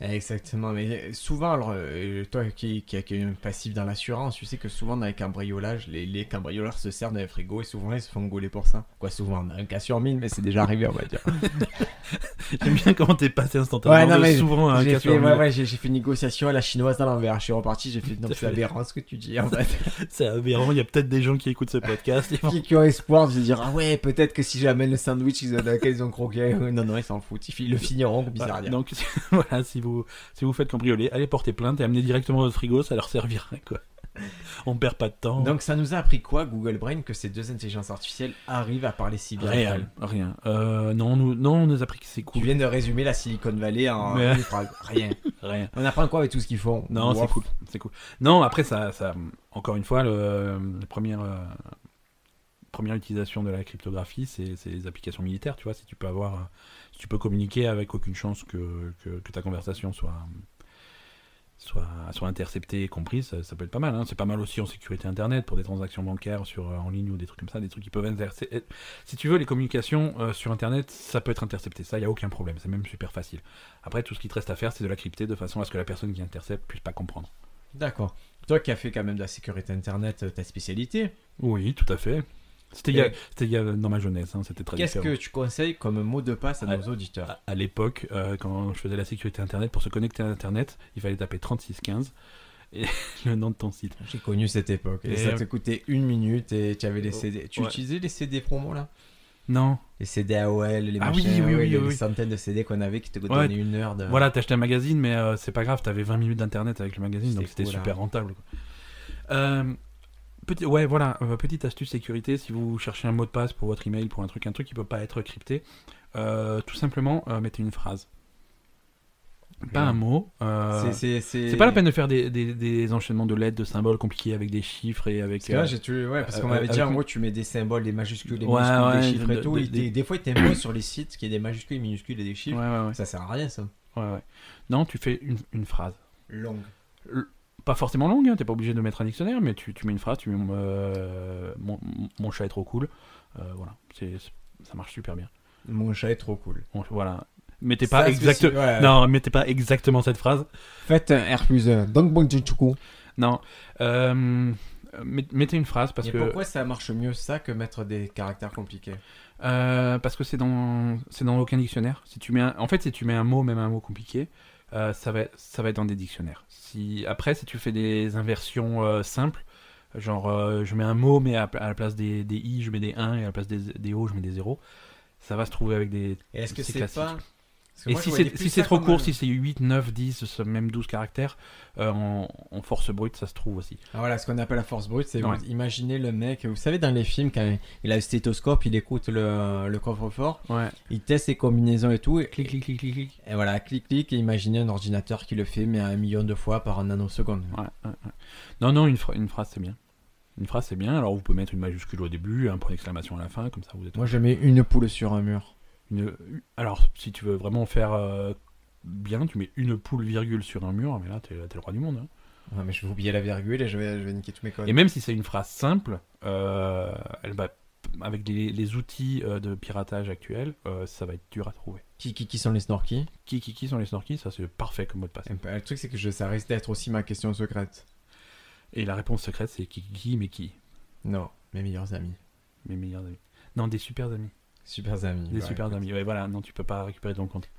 Speaker 1: Exactement, mais souvent, alors, euh, toi qui, qui accueille un passif dans l'assurance, tu sais que souvent dans les cambriolages, les, les cambrioleurs se servent d'un frigo et souvent ils se font gauler pour ça. Quoi, souvent, on a un cas sur mille, mais c'est déjà arrivé, on va dire.
Speaker 2: J'aime bien comment t'es passé instantanément
Speaker 1: Ouais, non,
Speaker 2: de
Speaker 1: mais
Speaker 2: souvent à un
Speaker 1: j'ai
Speaker 2: cas sur
Speaker 1: fait, ouais,
Speaker 2: mille.
Speaker 1: ouais, j'ai j'ai fait une négociation à la chinoise à l'envers. Je suis reparti, j'ai fait non, c'est aberrant ce que tu dis en fait.
Speaker 2: C'est aberrant, il y a peut-être des gens qui écoutent ce podcast. ils vont-
Speaker 1: qui, qui ont espoir de se dire ah ouais, peut-être que si j'amène le sandwich ils ont- dans lequel ils ont croqué, euh, non, non, ils s'en foutent, ils fi- le finiront, bizarre.
Speaker 2: Voilà, donc voilà, si vous si vous faites cambrioler, allez porter plainte et amenez directement votre frigo, ça leur servira quoi. On perd pas de temps.
Speaker 1: Donc ça nous a appris quoi, Google Brain, que ces deux intelligences artificielles arrivent à parler si bien.
Speaker 2: Réel, rien. Euh, non, nous, non, on nous a pris que c'est
Speaker 1: Tu
Speaker 2: cool.
Speaker 1: viens de résumer la Silicon Valley en
Speaker 2: Mais-
Speaker 1: une phrase. Rien.
Speaker 2: Rien.
Speaker 1: On apprend quoi avec tout ce qu'ils font
Speaker 2: Non, c'est
Speaker 1: Ouaf.
Speaker 2: cool, c'est cool. Non, après ça, ça, encore une fois, le, la première, euh, première utilisation de la cryptographie, c'est c'est les applications militaires, tu vois, si tu peux avoir, euh, si tu peux communiquer avec aucune chance que, que, que ta conversation soit soit, soit interceptée et comprise, ça, ça peut être pas mal. hein. C'est pas mal aussi en sécurité internet pour des transactions bancaires sur euh, en ligne ou des trucs comme ça, des trucs qui peuvent intercepter. Si tu veux, les communications euh, sur internet, ça peut être intercepté, ça, il y a aucun problème, c'est même super facile. Après, tout ce qui te reste à faire, c'est de la crypter de façon à ce que la personne qui intercepte puisse pas comprendre.
Speaker 1: D'accord. Toi qui as fait quand même de la sécurité internet euh, ta spécialité,
Speaker 2: Oui, tout à fait. C'était il y a-
Speaker 1: Et-
Speaker 2: c'était il y a- dans ma jeunesse, hein, c'était très
Speaker 1: qu'est-ce
Speaker 2: différent.
Speaker 1: que tu conseilles comme mot de passe à
Speaker 2: Ah,
Speaker 1: nos auditeurs
Speaker 2: À, à l'époque, euh, quand je faisais la sécurité Internet, pour se connecter à Internet, il fallait taper 3615 et le nom de ton site.
Speaker 1: J'ai connu cette époque. Et,
Speaker 2: Et- euh,
Speaker 1: ça te coûtait une minute et tu avais les
Speaker 2: Oh,
Speaker 1: CD. Tu
Speaker 2: ouais.
Speaker 1: utilisais les CD promo là
Speaker 2: Non.
Speaker 1: Les CD AOL, les
Speaker 2: Ah
Speaker 1: machins,
Speaker 2: oui, oui,
Speaker 1: ouais,
Speaker 2: oui,
Speaker 1: les,
Speaker 2: oui.
Speaker 1: les centaines de CD qu'on avait qui te donnaient une heure de.
Speaker 2: Voilà, t'achetais un magazine, mais euh, c'est pas grave, t'avais 20 minutes d'internet avec le magazine, donc
Speaker 1: C'était
Speaker 2: c'était
Speaker 1: cool, hein.
Speaker 2: super rentable. quoi. Euh, petit, ouais, voilà, euh, petite astuce sécurité, si vous cherchez un mot de passe pour votre email, pour un truc, un truc qui peut pas être crypté, euh, tout simplement, euh, mettez une phrase. Pas
Speaker 1: Ouais.
Speaker 2: un mot. euh,
Speaker 1: C'est- c'est- c'est-
Speaker 2: C'est pas la peine de faire des, des- des enchaînements de lettres, de symboles compliqués avec des chiffres et avec.
Speaker 1: Parce que là,
Speaker 2: euh,
Speaker 1: j'ai tué. Ouais, parce qu'on
Speaker 2: euh,
Speaker 1: m'avait dit,
Speaker 2: avec-
Speaker 1: en gros, tu mets des symboles, des majuscules, des
Speaker 2: Ouais,
Speaker 1: minuscules, des
Speaker 2: ouais,
Speaker 1: chiffres et
Speaker 2: de-
Speaker 1: tout.
Speaker 2: de-
Speaker 1: et des,
Speaker 2: des-
Speaker 1: des fois, t'es mots sur les sites qui est des majuscules, des minuscules et des
Speaker 2: ouais,
Speaker 1: chiffres.
Speaker 2: ouais, ouais,
Speaker 1: Ça sert à rien, ça.
Speaker 2: ouais, ouais. Non, tu fais une, une phrase.
Speaker 1: Longue.
Speaker 2: Pas forcément longue, hein, t'es pas obligé de mettre un dictionnaire, mais tu, tu mets une phrase, tu mets euh, mon, mon chat est trop cool. Euh, voilà, c'est c'est- ça marche super bien.
Speaker 1: Mon chat est trop cool.
Speaker 2: Bon, voilà. Mais t'es
Speaker 1: Ça,
Speaker 2: pas
Speaker 1: c'est
Speaker 2: exactement.
Speaker 1: aussi- ouais.
Speaker 2: Non, mettez pas exactement cette phrase.
Speaker 1: Faites un R plus 1. Donc, bon, du coup.
Speaker 2: Non. Euh, met- mettez une phrase parce
Speaker 1: Et
Speaker 2: que.
Speaker 1: pourquoi ça marche mieux ça que mettre des caractères compliqués
Speaker 2: Euh, parce que c'est dans c'est dans aucun dictionnaire. Si tu mets un- en fait si tu mets un mot même un mot compliqué, euh, ça va ça va être dans des dictionnaires. Si après si tu fais des inversions euh, simples, genre euh, je mets un mot mais à, à la place des, des i je mets des 1 et à la place des, des o je mets des 0, ça va se trouver avec des
Speaker 1: Et est-ce que
Speaker 2: C'est
Speaker 1: c'est
Speaker 2: classique.
Speaker 1: pas. Parce que
Speaker 2: et
Speaker 1: moi, je
Speaker 2: si
Speaker 1: voyais
Speaker 2: c'est
Speaker 1: plus
Speaker 2: si
Speaker 1: ça
Speaker 2: c'est trop
Speaker 1: comme
Speaker 2: court,
Speaker 1: un-
Speaker 2: si c'est 8 9 10 ce- même 12 caractères euh, en, en force brute, ça se trouve aussi.
Speaker 1: Ah, voilà, ce qu'on appelle la force brute, c'est
Speaker 2: Ouais.
Speaker 1: vous imaginez le mec, vous savez, dans les films, quand il a le stéthoscope, il écoute le, le coffre-fort,
Speaker 2: Ouais.
Speaker 1: il teste ses combinaisons et tout, et,
Speaker 2: Clic clic clic clic clic.
Speaker 1: et voilà, clic, clic, et imaginez un ordinateur qui le fait, mais un million de fois par nanoseconde.
Speaker 2: Ouais, ouais, ouais. Non, non, une, phra- une phrase c'est bien. Une phrase c'est bien. Alors vous pouvez mettre une majuscule au début, un point d'exclamation à la fin, comme ça vous êtes.
Speaker 1: Moi, je mets une poule sur un mur.
Speaker 2: Une... Alors si tu veux vraiment faire euh, bien, tu mets une poule virgule sur un mur, mais là t'es t'es le roi du monde. hein.
Speaker 1: Ouais, mais je vais oublier la virgule et je vais, je vais niquer tous mes codes.
Speaker 2: Et même si c'est une phrase simple, euh, elle va- avec les, les outils euh, de piratage actuels, euh, ça va être dur à trouver.
Speaker 1: Qui, qui, qui sont les snorkies
Speaker 2: Qui qui qui sont les snorkies, ça c'est parfait comme mot de passe.
Speaker 1: Et bah, Le truc, c'est que je, ça risque d'être aussi ma question secrète.
Speaker 2: Et la réponse secrète c'est qui qui, qui mais qui
Speaker 1: Non, mes meilleurs amis.
Speaker 2: mes meilleurs amis. Non, des super amis.
Speaker 1: Super amis.
Speaker 2: Des
Speaker 1: ouais.
Speaker 2: super amis. Ouais, voilà. Non, tu peux pas récupérer ton compte.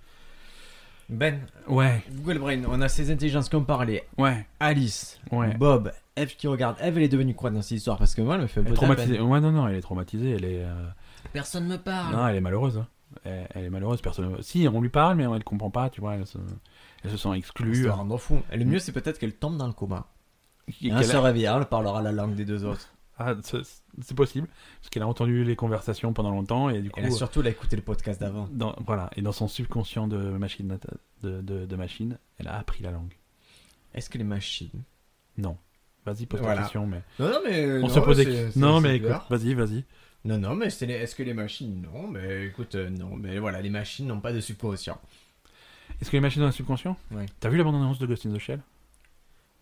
Speaker 1: Ben,
Speaker 2: Ouais,
Speaker 1: Google Brain, on a ces intelligences qu'on parlait.
Speaker 2: ouais,
Speaker 1: Alice,
Speaker 2: ouais.
Speaker 1: Bob, Eve qui regarde. Eve, elle est devenue quoi dans cette histoire Parce que moi, elle me fait un peu
Speaker 2: Elle est
Speaker 1: de la peine.
Speaker 2: traumatisée. Ouais, non, non, elle est traumatisée. Elle est, euh,
Speaker 3: Personne me parle.
Speaker 2: non, elle est malheureuse. hein. Elle, elle est malheureuse. Personne. Si, on lui parle, mais elle comprend pas. Tu vois, elle, se- Elle se sent
Speaker 1: Ça
Speaker 2: exclue.
Speaker 1: va rendre fou. Et le mieux, c'est peut-être qu'elle tombe dans le coma.
Speaker 2: Et
Speaker 1: Et elle
Speaker 2: qu'elle-
Speaker 1: se réveillera, elle parlera la langue des deux autres.
Speaker 2: Ah, c'est c'est possible. Parce qu'elle a entendu les conversations pendant longtemps et du coup. euh,
Speaker 1: Elle a surtout elle a écouté le podcast d'avant.
Speaker 2: dans- voilà, et dans son subconscient de machine, nata- de, de- de machine, elle a appris la langue.
Speaker 1: Est-ce que les machines.
Speaker 2: Non. Vas-y, pose
Speaker 1: Voilà.
Speaker 2: ta question, mais.
Speaker 1: Non, non, mais.
Speaker 2: On
Speaker 1: non,
Speaker 2: se pose
Speaker 1: c'est-
Speaker 2: des...
Speaker 1: c'est-
Speaker 2: Non,
Speaker 1: c'est
Speaker 2: mais
Speaker 1: bizarre.
Speaker 2: écoute, vas-y, vas-y.
Speaker 1: Non, non, mais c'est les- est-ce que les machines. Non, mais écoute, euh, non, mais voilà, les machines n'ont pas de subconscient.
Speaker 2: Est-ce que les machines ont un subconscient
Speaker 1: Ouais.
Speaker 2: T'as vu la bande-annonce de Ghost in the Shell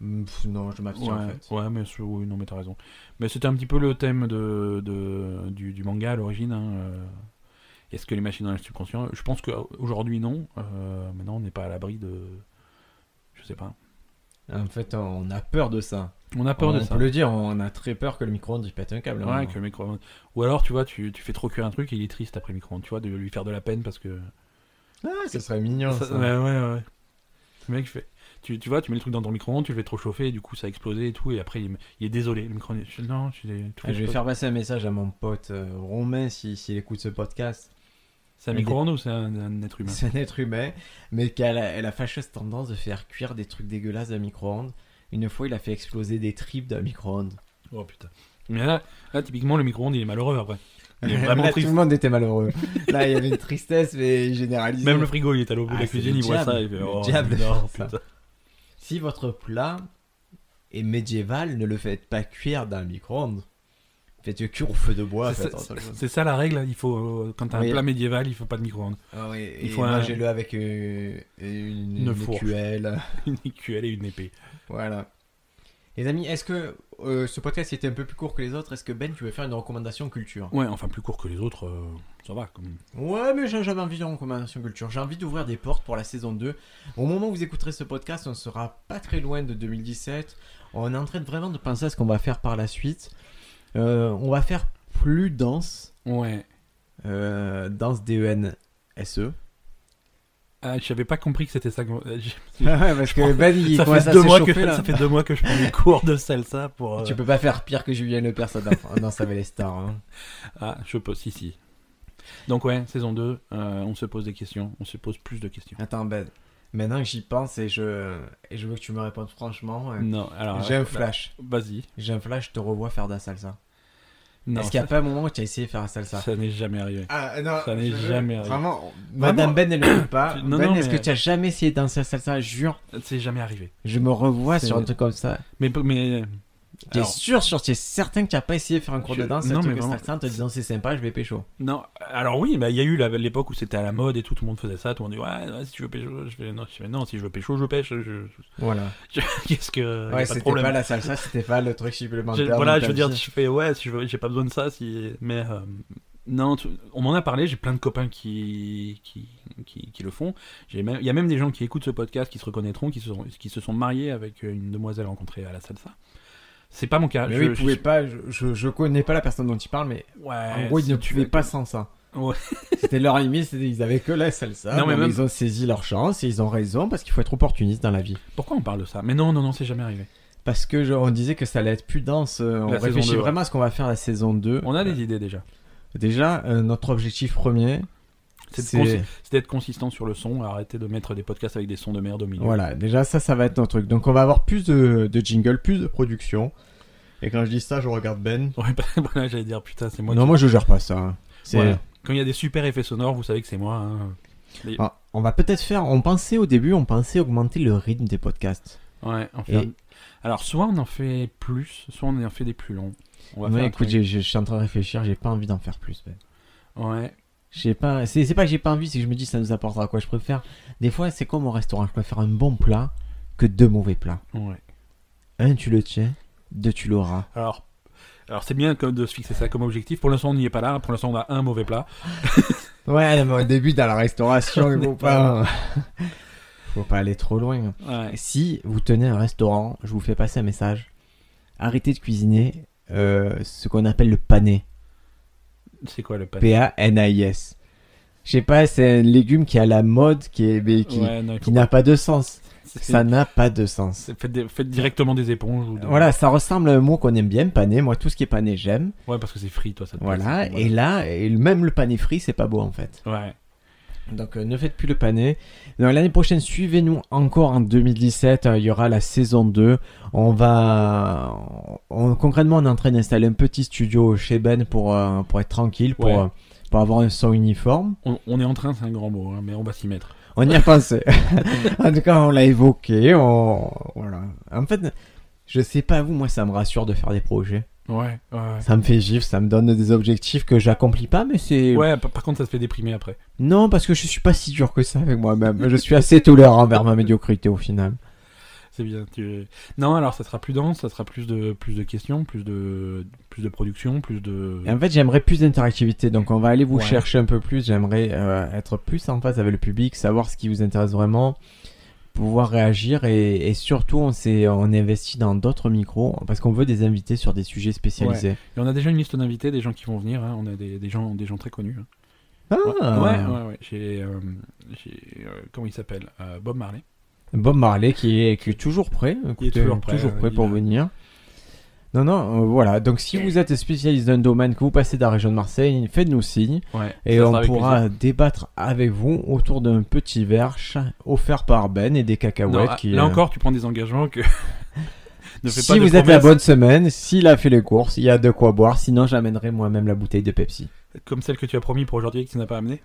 Speaker 1: Mm, pff, non, je m'abstiens en
Speaker 2: ouais,
Speaker 1: fait.
Speaker 2: ouais, mais c'est- oui, non, mais t'as raison. Mais c'était un petit peu le thème de, de- du, du manga à l'origine. hein, euh, Est-ce que les machines ont le subconscient euh, Je pense qu'aujourd'hui, non. Euh, maintenant, on n'est pas à l'abri de. Je sais pas.
Speaker 1: En fait, on a peur de ça.
Speaker 2: On a peur
Speaker 1: on
Speaker 2: de ça.
Speaker 1: peut le dire, on a très peur que le micro-ondes il pète un câble. hein.
Speaker 2: Ouais, que le micro Ou alors, tu vois, tu, tu fais trop cuire un truc et il est triste après le micro-ondes. Tu vois, de lui faire de la peine parce que.
Speaker 1: Ah, ce serait mignon.
Speaker 2: Ça-
Speaker 1: ça.
Speaker 2: ouais, ouais, ouais. Le mec fait. Tu, tu vois, tu mets le truc dans ton micro-ondes, tu le fais trop chauffer, et du coup ça a explosé et tout, et après il, il est désolé. Le micro-ondes, je- non, je suis dé- tout
Speaker 1: Ah, je vais
Speaker 2: explose.
Speaker 1: faire passer un message à mon pote euh, Romain s'il si, s'il écoute ce podcast.
Speaker 2: C'est un micro-ondes ou c'est un, un être humain
Speaker 1: C'est un être humain, mais qu'elle a, elle a fâcheuse tendance de faire cuire des trucs dégueulasses d'un micro-ondes. Une fois, il a fait exploser des tripes d'un micro-ondes.
Speaker 2: Oh putain. Mais là, là, typiquement, le micro-ondes il est malheureux après. Il est vraiment
Speaker 1: Là,
Speaker 2: triste.
Speaker 1: Tout le monde était malheureux. Là, il y avait une tristesse, mais généralisée.
Speaker 2: Même le frigo, il est à l'eau de
Speaker 1: Ah,
Speaker 2: la
Speaker 1: c'est
Speaker 2: cuisine,
Speaker 1: le
Speaker 2: il voit
Speaker 1: diable,
Speaker 2: ça, il fait
Speaker 1: le
Speaker 2: Oh,
Speaker 1: diable de
Speaker 2: non,
Speaker 1: faire
Speaker 2: putain.
Speaker 1: Si votre plat est médiéval, ne le faites pas cuire dans le micro-ondes. Faites-le cuire au feu de bois.
Speaker 2: C'est
Speaker 1: faites
Speaker 2: ça-
Speaker 1: autre chose.
Speaker 2: C'est ça la règle, il faut, euh, quand t'as un
Speaker 1: Oui.
Speaker 2: plat médiéval, il faut pas de micro-ondes.
Speaker 1: Ah oui,
Speaker 2: Il
Speaker 1: il
Speaker 2: faut
Speaker 1: faut
Speaker 2: un-
Speaker 1: le avec euh, une,
Speaker 2: Une
Speaker 1: une
Speaker 2: fourche.
Speaker 1: écuelle.
Speaker 2: Une écuelle et une épée.
Speaker 1: Voilà. Les amis, est-ce que euh, ce podcast était un peu plus court que les autres Est-ce que Ben, tu veux faire une recommandation culture
Speaker 2: Ouais, enfin plus court que les autres, euh, ça va. comme-
Speaker 1: Ouais, mais j'ai- j'avais envie d'une recommandation culture. J'ai envie d'ouvrir des portes pour la saison 2. Au moment où vous écouterez ce podcast, on sera pas très loin de 2017. On est en train de vraiment de penser à ce qu'on va faire par la suite. Euh, on va faire plus dense,
Speaker 2: Ouais.
Speaker 1: euh, dense D-E-N-S-E.
Speaker 2: Ah, j'avais pas compris que c'était ça. que- j'ai-
Speaker 1: ouais, parce que Ben, il
Speaker 2: ça,
Speaker 1: commence
Speaker 2: fait
Speaker 1: à
Speaker 2: deux
Speaker 1: se
Speaker 2: mois que,
Speaker 1: chauffer, là. Ah,
Speaker 2: ça fait deux mois que je prends des cours de salsa pour. euh,
Speaker 1: Tu peux pas faire pire que Julien Lepers ça, dans, dans Savait les Stars. hein.
Speaker 2: Ah, je peux, si, si. Donc, ouais, saison 2, euh, on se pose des questions, on se pose plus de questions.
Speaker 1: Attends, Ben. Maintenant que j'y pense et je, et je veux que tu me répondes franchement, euh,
Speaker 2: Non, alors.
Speaker 1: j'ai un
Speaker 2: euh,
Speaker 1: flash.
Speaker 2: Vas-y.
Speaker 1: J'ai un flash, je te revois faire de la salsa.
Speaker 2: Non,
Speaker 1: Est-ce qu'il n'y a
Speaker 2: ça,
Speaker 1: pas un moment où tu as essayé de faire de la salsa
Speaker 2: ça n'est jamais arrivé.
Speaker 1: Ah non,
Speaker 2: Ça n'est
Speaker 1: je-
Speaker 2: jamais arrivé.
Speaker 1: Vraiment, Madame Ben, elle ne veut pas.
Speaker 2: Tu- non,
Speaker 1: ben,
Speaker 2: non,
Speaker 1: est-ce
Speaker 2: mais-
Speaker 1: que tu as jamais essayé de danser la salsa Jure,
Speaker 2: C'est jamais arrivé.
Speaker 1: je me revois
Speaker 2: C'est-
Speaker 1: sur un truc comme ça.
Speaker 2: Mais. mais
Speaker 1: T'es
Speaker 2: alors,
Speaker 1: sûr, sûr, t'es certain que tu n'as pas essayé de faire un cours
Speaker 2: Je-
Speaker 1: de danse
Speaker 2: non,
Speaker 1: un truc
Speaker 2: mais
Speaker 1: de
Speaker 2: vraiment-
Speaker 1: salsa en te disant c'est sympa, je vais pécho.
Speaker 2: non, alors oui, bah, il y a eu la- l'époque où c'était à la mode et tout, tout le monde faisait ça, tout le monde dit ouais, ouais, si tu veux pécho, je fais non, je fais, non si je veux pécho, je pêche. je-
Speaker 1: Voilà.
Speaker 2: je- Qu'est-ce que. y a
Speaker 1: ouais,
Speaker 2: pas de
Speaker 1: c'était
Speaker 2: problème.
Speaker 1: pas la salsa, c'était pas le truc
Speaker 2: Je-
Speaker 1: supplémentaire.
Speaker 2: voilà,
Speaker 1: donc
Speaker 2: je
Speaker 1: t'as
Speaker 2: veux dire,
Speaker 1: dit-
Speaker 2: je fais ouais, si je veux- j'ai pas besoin de ça, si mais euh, non, tu- on m'en a parlé, j'ai plein de copains qui qui, qui, qui le font. J'ai même- il y a même des gens qui écoutent ce podcast qui se reconnaîtront, qui se sont, qui se sont mariés avec une demoiselle rencontrée à la salsa. C'est pas mon cas.
Speaker 1: Mais
Speaker 2: je-
Speaker 1: oui,
Speaker 2: je
Speaker 1: ils pouvaient
Speaker 2: suis-
Speaker 1: pas, je, je, je connais pas la personne dont tu parles, mais
Speaker 2: Ouais,
Speaker 1: en gros, ils
Speaker 2: si
Speaker 1: ne
Speaker 2: tu
Speaker 1: pouvaient
Speaker 2: veux-
Speaker 1: pas sans ça.
Speaker 2: Ouais.
Speaker 1: C'était leur limite, c'était- ils avaient que la salsa.
Speaker 2: Non, mais
Speaker 1: Bon,
Speaker 2: même-
Speaker 1: Ils ont saisi leur chance et ils ont raison parce qu'il faut être opportuniste dans la vie.
Speaker 2: Pourquoi on parle de ça Mais non, non, non, c'est jamais arrivé.
Speaker 1: Parce que je- on disait que ça allait être plus dense. euh, on
Speaker 2: La saison
Speaker 1: réfléchit
Speaker 2: 2, ouais.
Speaker 1: vraiment à ce qu'on va faire la saison 2.
Speaker 2: On a des idées déjà.
Speaker 1: Déjà, euh, notre objectif premier,
Speaker 2: C'est de
Speaker 1: c'est-
Speaker 2: consi- c'est d'être consistant sur le son, arrêter de mettre des podcasts avec des sons de merde au milieu.
Speaker 1: Voilà, déjà ça, ça va être notre truc. Donc on va avoir plus de, de jingles, plus de production. Et quand je dis ça, je regarde Ben.
Speaker 2: Ouais, bah, voilà, j'allais dire putain, c'est moi.
Speaker 1: non,
Speaker 2: qui-
Speaker 1: moi je gère pas ça. hein. C'est-
Speaker 2: Voilà. Quand il y a des super effets sonores, vous savez que c'est moi. hein.
Speaker 1: Ah, on va peut-être faire. On pensait au début, on pensait augmenter le rythme des podcasts.
Speaker 2: Ouais, on fait
Speaker 1: Et-
Speaker 2: un- Alors, soit on en fait plus, soit on en fait des plus longs. On va
Speaker 1: Ouais,
Speaker 2: faire un
Speaker 1: écoute,
Speaker 2: truc-
Speaker 1: j'ai- je je suis en train de réfléchir, j'ai pas envie d'en faire plus. Ben.
Speaker 2: Ouais,
Speaker 1: J'ai pas, c'est c'est pas que j'ai pas envie, c'est que je me dis ça nous apportera quoi. Je préfère. Des fois, c'est comme au restaurant, je préfère un bon plat que deux mauvais plats.
Speaker 2: ouais.
Speaker 1: Un, tu le tiens. Deux, tu l'auras.
Speaker 2: Alors, alors c'est bien que de se fixer ça comme objectif. Pour l'instant, on n'y est pas là. Pour l'instant, on a un mauvais plat.
Speaker 1: Ouais, mais au début, dans la restauration, il
Speaker 2: On
Speaker 1: faut
Speaker 2: est pas-
Speaker 1: pas. faut pas aller trop loin.
Speaker 2: Ouais.
Speaker 1: Si vous tenez un restaurant, je vous fais passer un message. Arrêtez de cuisiner euh, ce qu'on appelle le pané.
Speaker 2: C'est quoi le pain
Speaker 1: P-A-N-A-I-S. Je sais pas, c'est un légume qui est à la mode, qui, est, mais qui,
Speaker 2: Ouais, non, il faut
Speaker 1: qui n'a pas de sens.
Speaker 2: c'est-
Speaker 1: Ça n'a pas de sens.
Speaker 2: c'est- Faites, des- faites directement des éponges. Ou des-
Speaker 1: Voilà, ça ressemble à un mot qu'on aime bien, pané. Moi, tout ce qui est pané, j'aime.
Speaker 2: Ouais, parce que c'est frit, toi, ça te plaît,
Speaker 1: Voilà.
Speaker 2: ça,
Speaker 1: Et là, et même le pané frit, c'est pas beau en fait.
Speaker 2: Ouais.
Speaker 1: Donc euh, ne faites plus le panier. Donc, L'année prochaine, suivez-nous encore en 2017. euh, il y aura la saison 2. On va. on- concrètement, on est en train d'installer un petit studio chez Ben pour, euh, pour être tranquille, pour,
Speaker 2: Ouais.
Speaker 1: euh, pour avoir un son uniforme.
Speaker 2: On, on est en train, c'est un grand mot, hein, mais on va s'y mettre.
Speaker 1: On y a pensé. en tout cas, on l'a évoqué. On... Voilà. En fait, je sais pas vous, moi ça me rassure de faire des projets.
Speaker 2: Ouais, ouais, ouais.
Speaker 1: Ça me fait gifle, ça me donne des objectifs que j'accomplis pas, mais c'est.
Speaker 2: Ouais, par par contre, ça se fait déprimer après.
Speaker 1: Non, parce que je suis pas si dur que ça avec moi-même. Je suis assez tolérant envers ma médiocrité au final.
Speaker 2: C'est bien. tu- Non, alors ça sera plus dense, ça sera plus de plus de questions, plus de plus de production, plus de.
Speaker 1: Et en fait, j'aimerais plus d'interactivité, donc on va aller vous
Speaker 2: Ouais.
Speaker 1: chercher un peu plus. J'aimerais euh, être plus en face avec le public, savoir ce qui vous intéresse vraiment, pouvoir réagir et, et surtout, on s'est on investit dans d'autres micros parce qu'on veut des invités sur des sujets spécialisés.
Speaker 2: Et on a déjà une liste d'invités, des gens qui vont venir. hein, On a des, des gens des gens très connus. hein.
Speaker 1: Ah.
Speaker 2: Ouais, ouais, ouais. J'ai euh, j'ai, euh, comment il s'appelle Euh, Bob Marley.
Speaker 1: Bob Marley qui est, qui est toujours prêt, écoutez, euh,
Speaker 2: toujours prêt, hein, il
Speaker 1: pour
Speaker 2: a-
Speaker 1: venir. Non, non, euh, voilà. Donc, si vous êtes spécialiste d'un domaine, que vous passez de la région de Marseille, faites-nous signe.
Speaker 2: Ouais.
Speaker 1: Et
Speaker 2: ça sera
Speaker 1: on
Speaker 2: avec
Speaker 1: pourra
Speaker 2: plaisir.
Speaker 1: débattre avec vous autour d'un petit verre cha- offert par Ben et des
Speaker 2: Non,
Speaker 1: cacahuètes.
Speaker 2: ah,
Speaker 1: qui,
Speaker 2: là
Speaker 1: euh,
Speaker 2: encore, tu prends des engagements que. ne fais
Speaker 1: si
Speaker 2: pas de
Speaker 1: vous êtes la
Speaker 2: promesses.
Speaker 1: bonne semaine, s'il a fait les courses, il y a de quoi boire. Sinon, j'amènerai moi-même la bouteille de Pepsi.
Speaker 2: Comme celle que tu as promis pour aujourd'hui et que tu n'as pas amené.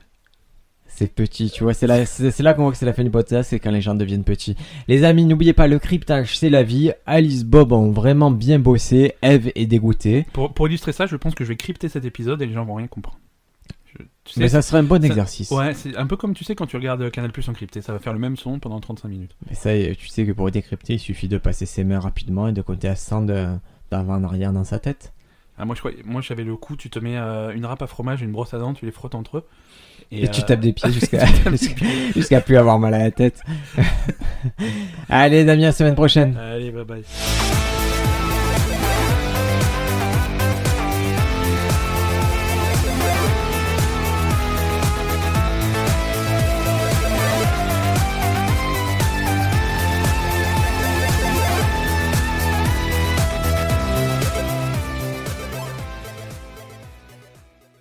Speaker 1: C'est petit, tu vois. C'est là, c'est c'est là qu'on voit que c'est la fin du podcast, c'est quand les gens deviennent petits. Les amis, n'oubliez pas, le cryptage, c'est la vie. Alice, Bob ont vraiment bien bossé. Eve est dégoûtée.
Speaker 2: Pour, pour illustrer ça, je pense que je vais crypter cet épisode et les gens vont rien comprendre. Je- tu sais,
Speaker 1: Mais ça serait un bon
Speaker 2: ça-
Speaker 1: exercice.
Speaker 2: Ouais, c'est un peu comme tu sais quand tu regardes euh, Canal Plus encrypté, ça va faire le même son pendant 35 minutes.
Speaker 1: Mais ça, euh, tu sais que pour décrypter, il suffit de passer ses mains rapidement et de compter à 100 de- d'avant en arrière dans sa tête.
Speaker 2: Ah, moi, je croyais, moi j'avais le coup, tu te mets euh, une râpe à fromage et une brosse à dents, tu les frottes entre eux.
Speaker 1: Et, tu
Speaker 2: euh,
Speaker 1: tapes des pieds jusqu'à
Speaker 2: tu tapes des
Speaker 1: jusqu'à-
Speaker 2: pieds.
Speaker 1: jusqu'à plus avoir mal à la tête. Allez, Damien, à la semaine prochaine.
Speaker 2: euh, Allez, bye bye.
Speaker 4: Thank